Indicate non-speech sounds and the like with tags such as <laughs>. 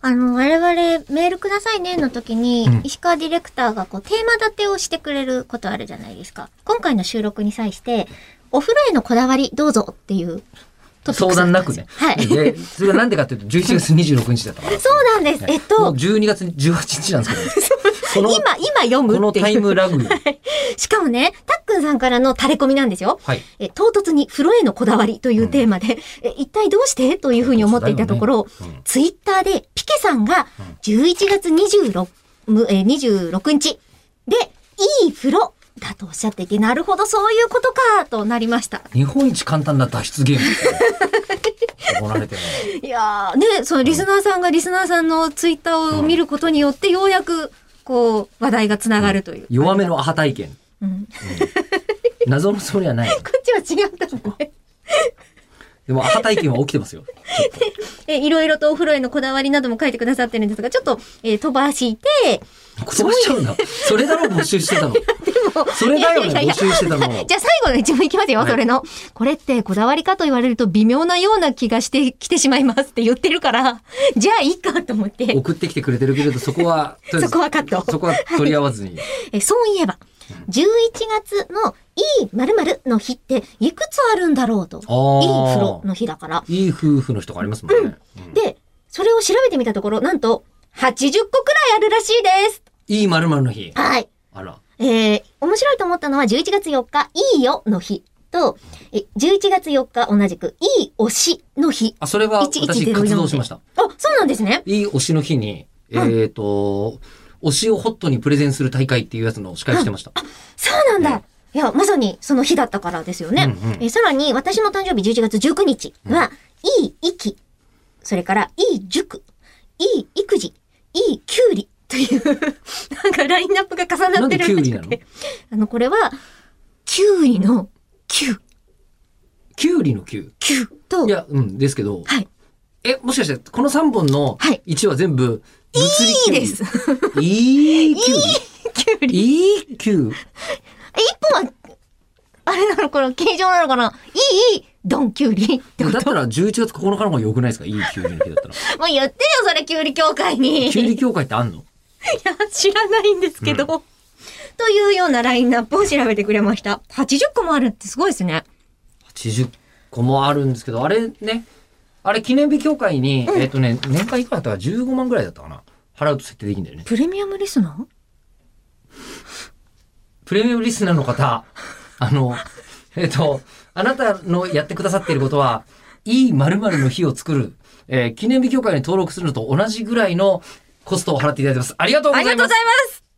あの、我々、メールくださいねの時に、うん石川ディレクターがこう、テーマ立てをしてくれることあるじゃないですか。今回の収録に際して、お風呂へのこだわりどうぞっていうトピッ相クスだった談なんでくすね。はい。そうで、それがなんでかというと、11月26日だったから。なんです。えっもうと、 12月18日なん <laughs> ですけ今ど、この、、今読こむっのてタいイう。ム <laughs> ラグ。しかもね、たっくんさんからの垂れ込みなんですよ。はい。え唐突に風呂へのこだわりというテーマで、え一体どうしてというふうに思っていたところ、うんツイッターでピケさんがん11月26、むえー26日で、いい風呂だとおっしゃっていて、なるほど、そういうことか、となりました。日本一簡単な脱出ゲームですね。行われてるいやー、ね、そのリスナーさんがリスナーさんのツイッターを見ることによって、ようやく、こう、話題がつながるという。弱めのアハ体験。うん。こ謎のそれはない。っちは違ったんだね。でもアハ体験は起きてますよ。え、いろいろとお風呂へのこだわりなども書いてくださってるんですが、ちょっと、えー飛ばして、言葉しちゃうんだ。それだろ、募集してたの。それだよいやいやいね、募や集してたの。じゃあ最後の一問いきますよ、はいそれの。これってこだわりかと言われると微妙なような気がしてきてしまいますって言ってるから、 <laughs> じゃあいいかと思って。送ってきてくれてるけれど、そこは、とりあえずそこはカットそこは取り合わずに。えそういえば、11月のいい〇〇の日っていくつあるんだろうと。いいあー風呂の日だから。いい夫婦の人がありますもんね。うんで、それを調べてみたところ、なんと80個くらいあるらしいです。いい〇〇の日。はい。あら。えー、面白いと思ったのは11月4日、いいよの日と、え11月4日同じく、いい推しの日。あ、それは私1104活動しました。あ、そうなんですね。いい推しの日に、えっ、ー、と、推しをホットにプレゼンする大会っていうやつの司会してました。そうなんだね。いや、まさにその日だったからですよね。うんうんえーさらに、私の誕生日11月19日は、いい息、それから、いい塾、いい育児、いいキュウリという、 <laughs> なんかラインナップが重なってるらしくてなんでキュウリなのあの、これは、キュウリのキュウ、キュウリのキュウ。キュウと、いはや、うん、ですけど、い。え、もしかして、この3本のはい1は全部、物理いキいュウリ、です。キュいいキュウウリ。リ。いいキュウ。え、一本は、あれなのかな形状なのかないい、ドンキュウリ <laughs> ってこだとっ。たら11月9日の方が良くないですかいいキュウリの日だったら。もう言ってよ、それ、キュウリ協会に。 <laughs> キュウリ協会ってあんのいや、知らないんですけど。というようなラインナップを調べてくれました。80個もあるってすごいですね。 ?80 個もあるんですけど、あれね、あれ記念日協会に、えっ、とね、年間いくらだったか15万ぐらいだったかな。払うと設定できるんだよね。プレミアムリスナプレミアムリスナーの方、 <laughs> あの、えっと、あなたのやってくださっていることは、いい〇〇の日を作る、えー記念日協会に登録するのと同じぐらいのコストを払っていただいてます。ありがとうーごありざがとういごますざ。います